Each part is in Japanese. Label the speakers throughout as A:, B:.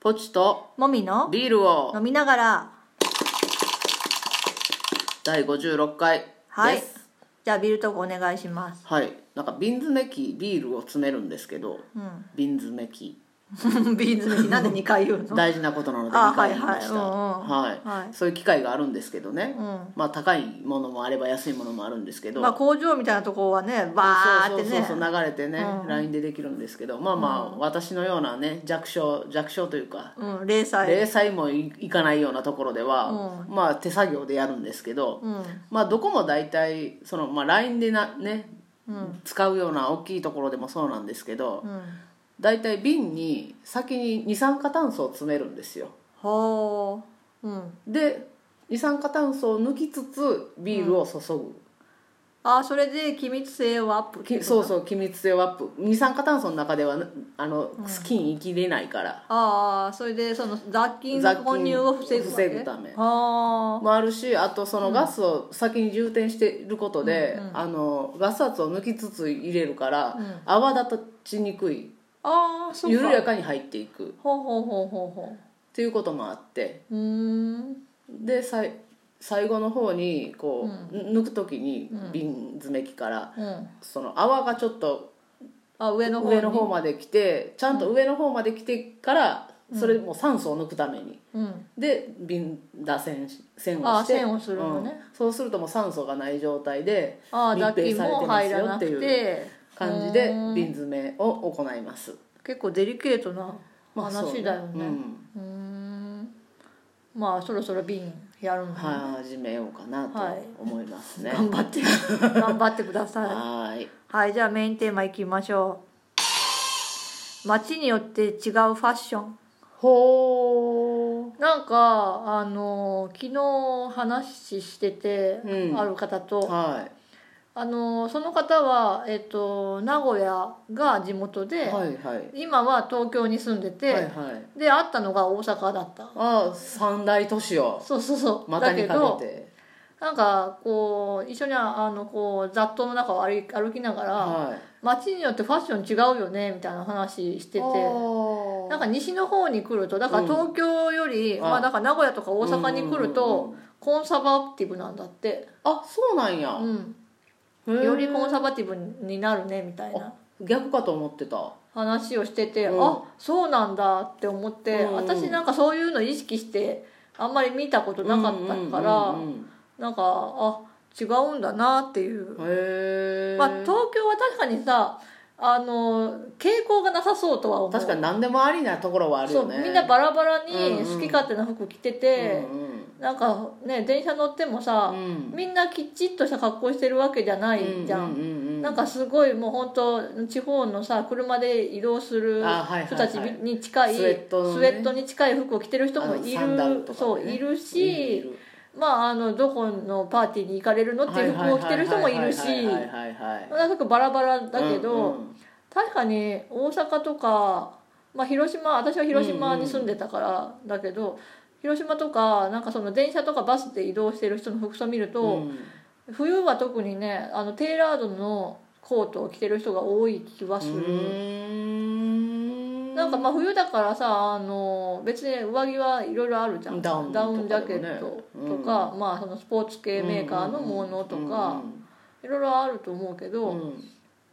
A: ポチと
B: もみの
A: ビールを
B: 飲みながら
A: 第56回です
B: はいじゃあビールトークお願いします
A: はいなんか瓶詰め機ビールを詰めるんですけど、瓶詰め機
B: ビーズになんで2回言うの
A: 大事なことなので
B: あ
A: 2回言いました
B: はいはいうんうん
A: はい
B: はい
A: そういう機会があるんですけどね、
B: ん
A: まあ高いものもあれば安いものもあるんですけど、
B: まあ工場みたいなとこはねバーってね
A: そうそうそうそう流れてね、LINE でできるんですけどまあまあ、私のようなね弱小弱小というか
B: うん零細
A: 零細もいいかないようなところでは、まあ手作業でやるんですけど、
B: うん
A: まあどこも大体その、まあ、LINE でなね、使うような大きいところでもそうなんですけど、
B: うん
A: 大体瓶に先に二酸化炭素を詰めるんですよ
B: ほううん
A: で二酸化炭素を抜きつつビールを注ぐ、
B: あそれで気密性をアップ
A: きそうそう気密性をアップ二酸化炭素の中ではあの菌生きれないから、
B: ああそれでその雑菌の
A: 雑菌
B: 混入を防ぐわけ
A: 防ぐため
B: は
A: もあるしあとそのガスを先に充填していることで、あのガス圧を抜きつつ入れるから、泡立ちにくい
B: あああそう
A: 緩
B: か
A: やかに入っていくっ
B: ほうほうほうほうほ
A: ていうこともあって
B: ううーん
A: でさい最後の方にこう、抜く時に瓶詰め機から、
B: うん
A: その泡がちょっと
B: あ上の方に
A: 上の方まで来てちゃんと上の方まで来てから、それもう酸素を抜くために。
B: うん
A: で瓶打線し栓
B: あ
A: を
B: あ
A: して
B: 栓をするのね
A: うんそうするともう酸素がない状態で
B: ああ
A: 密
B: 雑
A: 閉
B: 菌
A: されてま
B: も
A: す
B: 入ら
A: よ
B: な
A: って
B: く
A: いう
B: て
A: 感じで
B: うん
A: 瓶詰めを行います
B: 結構デリケートな
A: まあそう
B: 話だよね,、
A: うん
B: うーんまあそろそろ瓶やるの、
A: はい始めようかなと
B: はい
A: 思いますね
B: 頑張って頑張ってくださ
A: は ーい
B: いはいじゃあメインテーマいきましょう街によって違うファッション
A: ほ
B: なんかあの昨日話してて、
A: うん
B: ある方
A: う
B: と
A: は
B: あのその方は、えっと、名古屋が地元
A: い
B: で、
A: はいはい
B: 今は東京に住んでて、
A: はいはい
B: で会ったのが大阪だった
A: ああ三大都市を
B: そうそうそう、
A: また
B: だ
A: に
B: け
A: か
B: ど
A: けて
B: なんかこう一緒にああのこう雑踏の中を歩き歩きながら、
A: はい
B: 街によってファッション違うよねみたいな話してて
A: あ
B: なんか西の方に来るとだから東京より、
A: うん
B: まあだから名古屋とか大阪に来
A: うんう
B: る
A: ん
B: とコンサバティブなんだって、
A: ああそうなんや
B: うん、
A: へー
B: よりコンサバティブになるねみたいな
A: 逆かと思ってた
B: 話をしてて、
A: うん
B: あそうなんだって思って、
A: うんうん
B: 私なんかそういうの意識してあんまり見たことなかったから、
A: うんうんうん
B: なんかあ違うんだなっていう
A: うんへえ
B: まあ、東京は確かにさあの傾向がなさそうとは思う
A: 確かに何でもありなところはあるよね
B: そうみんなバラバラに
A: うんうん
B: 好き勝手な服着て
A: うん
B: て、なんかね電車乗ってもさ
A: う、ん
B: みんなきちっとした格好してるわけじゃないじゃ
A: う
B: ん、
A: うう
B: なんかすごいもう本当地方のさ車で移動する
A: あはいはいはい
B: 人たちに近い
A: スウェットのね
B: スウェットに近い服を着てる人もい
A: あのサンダル
B: る
A: とかね
B: そういるし
A: いる
B: まああのどこのパーティーに行かれるのっていう服を着てる人もいるし
A: はいはいはいはいはいはい
B: なんかバラバラだけど、
A: うんうん
B: 確かに大阪とか、まあ、広島私は広島に住んでたからだけど、広島とかなんかその電車とかバスで移動してる人の服装見ると、
A: うん
B: 冬は特にねあのテーラードのコートを着てる人が多い気は
A: う
B: する、
A: ん
B: なんかまあ冬だからさあの別に上着はいろいろあるじゃん
A: ダウンとか
B: ダウンジャケットとか、まあそのスポーツ系メーカーのものとか、いろいろあると思うけ
A: う
B: ど、
A: んうん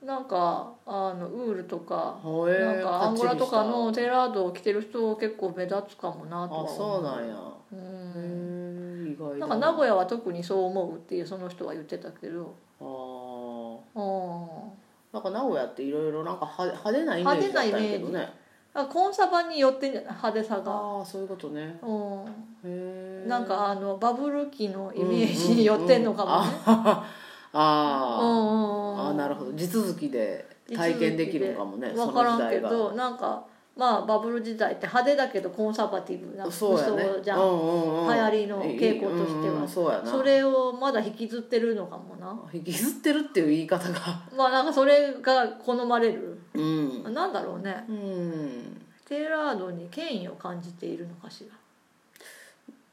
B: なんかあのウールとか
A: ほえ
B: なんかアンゴラとかの
A: っちりし
B: テラードを着てる人結構目立つかもな
A: た
B: とは
A: あそう
B: 思
A: なんや
B: う
A: へー意
B: う
A: 外
B: ん
A: だ
B: なんか名古屋は特にそう思うっていうその人は言ってたけど
A: あー
B: う
A: なんか名古屋っていろいろなんか派派手なイメージだったんやけど
B: 派手なイメ
A: ね
B: んコンサバに寄ってんじゃない派手さが
A: ああそういうことね
B: う
A: へえ
B: んなんかあのバブル期のイメージに寄ってんのかもね
A: あ
B: うん
A: あ、
B: うん
A: あ
B: う
A: あ
B: ん
A: なるほど地続きで体験できるんかもねそ
B: 分
A: の
B: か
A: 時
B: らんけ
A: 代が
B: どなんかまあバブル時代って派手だけどコンサバティブな服
A: そうやね
B: 装じゃん
A: うんうんうん、
B: 流行りの傾向としては
A: うんうんそうやな
B: それをまだ引きずってるのかもな
A: 引きずってるっていう言い方 が
B: まあなんかそれが好まれる
A: うん、
B: なんだろうね
A: うん、
B: テーラードに権威を感じているのかし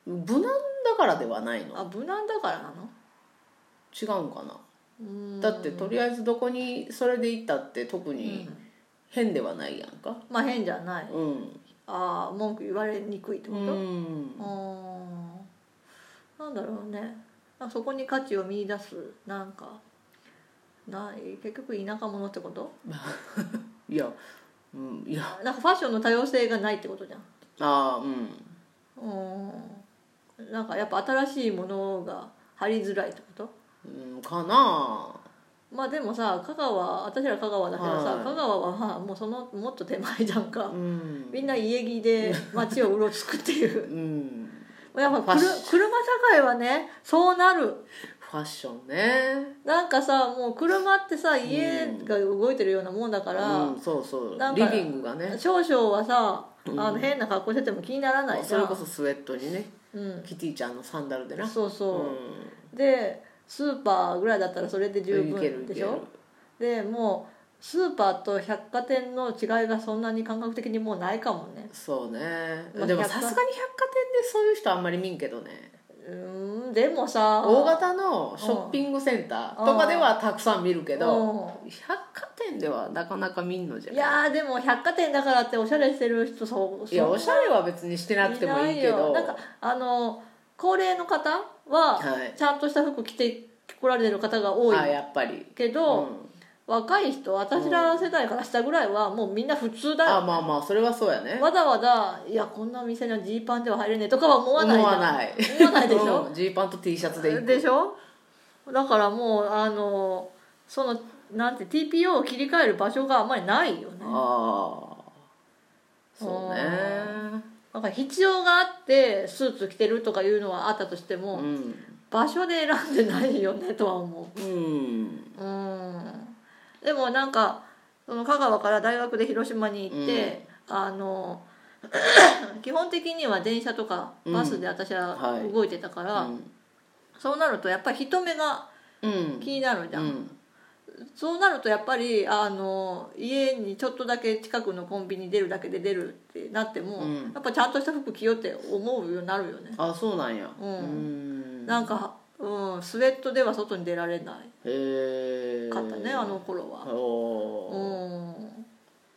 A: 無難だからではない
B: らあ
A: の
B: 無難だからなの
A: 違うんかな
B: うーん
A: だってとりあえずどこにそれで行ったって特に変ではないやんか
B: まあ変じゃない
A: うん、
B: あああ文句言われにくいって
A: う
B: こと、
A: ん
B: あーなんだろうねあそこに価値を見出すなんかない結局田舎者ってこと
A: いや、うん、いや
B: なんかファッションの多様性がないってことじゃん
A: ああうん
B: うんなんかやっぱ新しいものが張りづらいってこと
A: うんかな
B: まあでもさ香川私ら香川だけどさ、
A: はい
B: 香川はまあもうそのもっと手前じゃん
A: あ
B: か
A: う、ん、
B: みんな家 着で街をうろつくっていう
A: うん、
B: やっぱ
A: ファッ
B: くる
A: シ
B: 車社会はねそうなる
A: ファッションね
B: なんかさもう車ってさ家が動いてるようなもんだから、
A: うん、そうそう
B: なん
A: リ
B: か
A: ビングがね
B: 少々はさあ
A: うん
B: の変な格好してても気にならないじ
A: そ
B: ゃん
A: れこそスウェットにね
B: うん、
A: キティちゃんのサンダルでな
B: そう
A: う
B: そ
A: ん
B: う、でスーパーぐらいだったらそれで十
A: いける
B: 分
A: いける
B: でしょでもうスーパーと百貨店の違いがそんなに感覚的にもうないかもね
A: そうね
B: まあ
A: でも
B: 百
A: さ
B: 貨
A: すがに百貨店でそういう人あんまり見んけどね
B: うーんでもさ
A: 大型のショッピングセンターとかではたくさん見るけど百貨店ではなかなか見んのじ
B: う
A: ゃ
B: んい
A: ん
B: やーでも百貨店だからっておしゃれしてる人そう
A: いやおしゃれ
B: は
A: は別にしてなくてもいいけど
B: なんかあの高齢の方は、
A: はい
B: ちゃんとした服着て来られる方が多い
A: あやっぱり
B: けど、
A: うん
B: 若い人私ら世代からしたぐらいはもうみんな普通だ
A: あ
B: よ、
A: まあまあそれはそうやね
B: わざわざ「いやこんな店のジーパンでは入れねえ」とかは思わないじゃん
A: 思わない
B: 思わないでしょ、
A: うんジーパンと T シャツで行く
B: でしょだからもうあのそのなんて TPO を切り替える場所があんまりないよね
A: ああそうね
B: だから必要があってスーツ着てるとかいうのはあったとしても、
A: うん
B: 場所で選んでないよねとは思う
A: うん
B: うんでもなんかその香川から大学で広島に行って、あの 基本的には電車とかバスで私は
A: はい
B: 動いてたから、そうなるとやっぱり人目が
A: うん
B: 気になるじゃん、
A: うん
B: そうなるとやっぱりあの家にちょっとだけ近くのコンビニ出るだけで出るってなっても、
A: うん
B: やっぱちゃんとした服着ようって思うようになるよね、
A: あそうなんや
B: うん
A: ん
B: なんか、うん、スウェットでは外に出られな
A: へえ
B: いかったね、あの頃は
A: おお
B: うんっ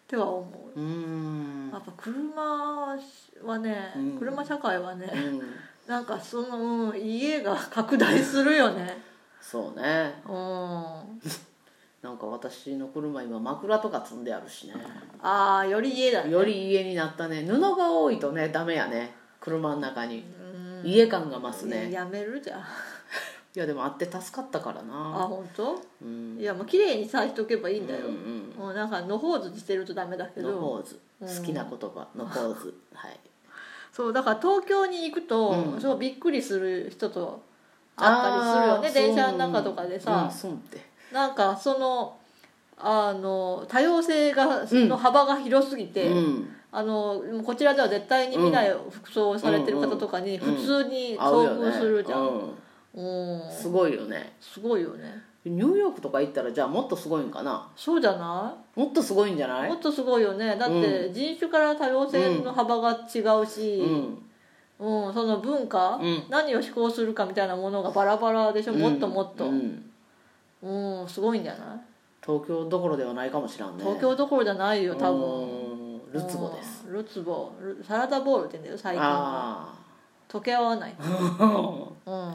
B: ては思う
A: うん
B: やっぱ車はね、
A: うん
B: 車社会は
A: う
B: ね
A: ん
B: なんかその、うん家が拡大するよね
A: そうね
B: うんあ
A: なんか私の車今枕とか積んであるしね
B: あより家だね
A: より家になったね布が多いとねダメやね車の中に
B: うん
A: 家感が増すね
B: やめるじゃん
A: いやでもあって助かったから
B: あ
A: な
B: 本当
A: うん
B: いやもう綺麗にさしとけばいいんだよ、
A: うんうん
B: もうなんかのほうずにしてるとダメだけ
A: の
B: ど
A: ポーズ好きな言葉のポーズ はい
B: そうだから東京に行くと、
A: うん
B: そうびっくりする人と会ったりするよね電車の中とかでさ、
A: そううんそうって
B: なんかそのあの多様性がの幅が広すぎて、
A: うん
B: あのこちらでは絶対に見ない服装をされてる方とかに
A: うんう
B: 普
A: ん
B: 通に
A: 合う
B: 遭
A: よね
B: 遇するじゃん、うん
A: うんすごいよね
B: すごいよね
A: ニューヨークとか行ったらじゃあもっとすごいんかな
B: そうじゃな
A: もっとすごいんじゃ
B: い、
A: ない
B: もっとすごいよねだって人種から多様性の幅が違う
A: う
B: し、うん
A: ん
B: その文化、
A: うん
B: 何を思考するかみたいなものがバラバラでしょ、もっともっと、
A: う
B: うん
A: ん
B: すごいんじゃない
A: 東京どころではないかもしらんね
B: 東京どころじゃないよ多分。
A: 分ルツボです
B: うんルツボルサラダボールって言うんだよ最近
A: あ
B: は溶け合わ ない、
A: あ
B: うん、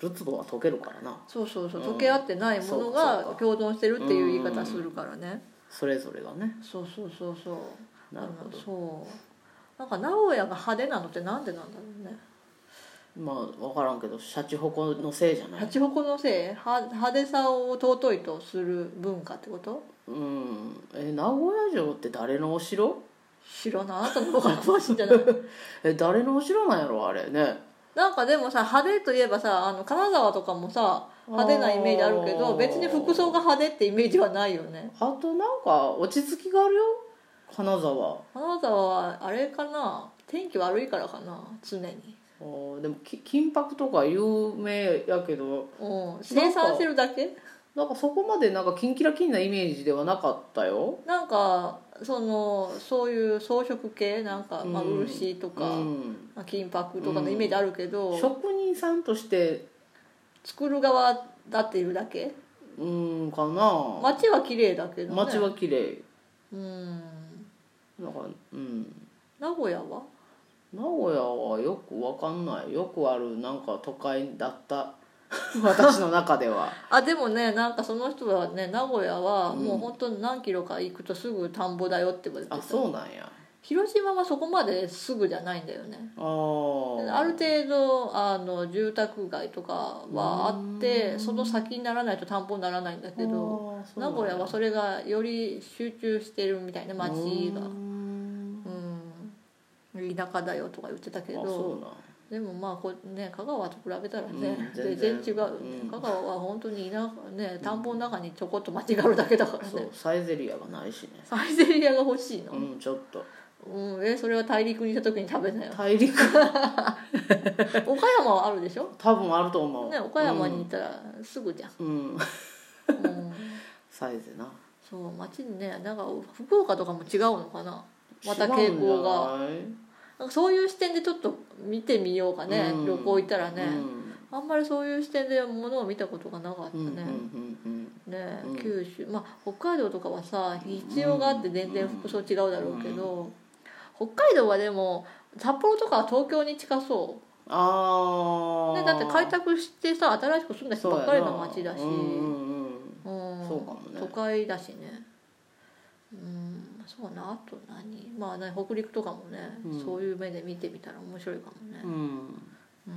A: ルツボは溶けるからな
B: そうそうそう
A: うん
B: 溶け合ってないもの
A: そうかそう
B: が
A: か
B: 共存してるっていう言い方するからね
A: それぞれがね
B: そうそうそうそう
A: なるほど
B: そうなんか名古屋が派手なのってなんでなんだろうね
A: まあ分からんけどシャチホコのせいじゃない
B: 八鉾のせいは派手さを尊いとする文化ってこと
A: うんえ名古屋城って誰のお城
B: 知らないあなたの方が詳しいんじゃない
A: え誰のお城なんやろあれね
B: なんかでもさ派手といえばさあの金沢とかもさ派手なイメージあるけ
A: あ
B: ど
A: ー
B: 別に服装が派手ってイメージはないよね
A: あとなんか落ち着きがあるよ金沢
B: 金沢はあれかな天気悪いからかな常に、
A: あーでもき金箔とか有名やけど
B: うん、生産してるだけ
A: なんかそこまでなんかキンキラキンなイメージではなかったよ
B: なんかそのそういう装飾系なんか、まあ、
A: うん
B: 漆とか、
A: うん
B: まあ、金箔とかのイメージあるけど、
A: 職人さんとして
B: 作る側だっていうだけ
A: うんかな
B: 街は綺麗だけどね
A: 街は綺麗
B: うん
A: なんかうん
B: 名古屋は
A: 名古屋はよくわかんないよくあるなんか都会だった 私の中では
B: あでもねなんかその人はね名古屋はもう本当に何キロか行くとすぐ田んぼだよって言われてた、
A: あそうなんや
B: 広島はそこまですぐじゃないんだよね
A: あー
B: ある程度あの住宅街とかはあって
A: うん
B: その先にならないと田んぼにならないんだけど
A: あーそうなん
B: 名
A: や
B: 古屋はそれがより集中してるみたいな街が
A: うーん
B: うん田舎だよとか言ってたけ
A: あ
B: ど
A: そうなん
B: でもまあこうね香川と比べたらね、
A: うん全
B: 全
A: 然
B: 然違うよね、
A: うん
B: 香川は本当に田舎ね田んぼの中にちょこっと町があるだけだから
A: そう
B: ね
A: サイゼリアがないしね
B: サイゼリアが欲しいの、
A: うんちょっと
B: うんえそれは大陸にいた時に食 べなよ
A: 大陸
B: 岡山はあるでしょ、
A: 多分あると思う
B: ね、岡山に行ったらすぐじゃん、
A: うん、うん、
B: うん
A: サイゼな
B: そう町にねなんか福岡とかも違うのかなまた傾向が
A: 違うん
B: なんかそういう視点でちょっと見てみようか
A: じゃな
B: ね、
A: いうん
B: 旅行行ったらね、
A: うん
B: あんまりそういう視点で物を見たことがなかった
A: うん
B: ね、
A: うんうん
B: ね、
A: うん
B: 九州まあ北海道とかはさ必要があって全然服装違うだろうけど、北海道はでも札幌とかは東京に近そ
A: あ
B: う、
A: あ
B: ね、だって開拓してさ新しく住んだ人ばっかりの街だし
A: そうやなうんうんうん
B: うん
A: そうかもね
B: 都会だしねうんそうねあと何まあね北陸とかもね、
A: うん
B: そういう目で見てみたら面白いかもね
A: うん
B: うん、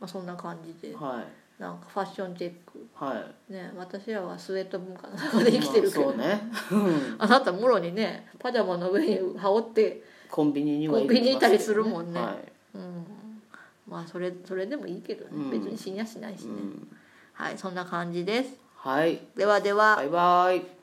B: まあ、そんな感じで
A: はい
B: なんかファッションチェック
A: はい
B: ね私らはスウェット文化の中で生きてるけど、
A: まあそうねうん
B: あなたもろにねパジャマの上に羽織って、
A: コンビニには
B: コンビニにいたりするもんね
A: はい
B: うん、まあそれそれでもいいけどね、
A: うん
B: 別に死にゃしないし
A: う
B: ね、
A: ん
B: はいそんな感じです
A: はい
B: ではでは、
A: バイバイ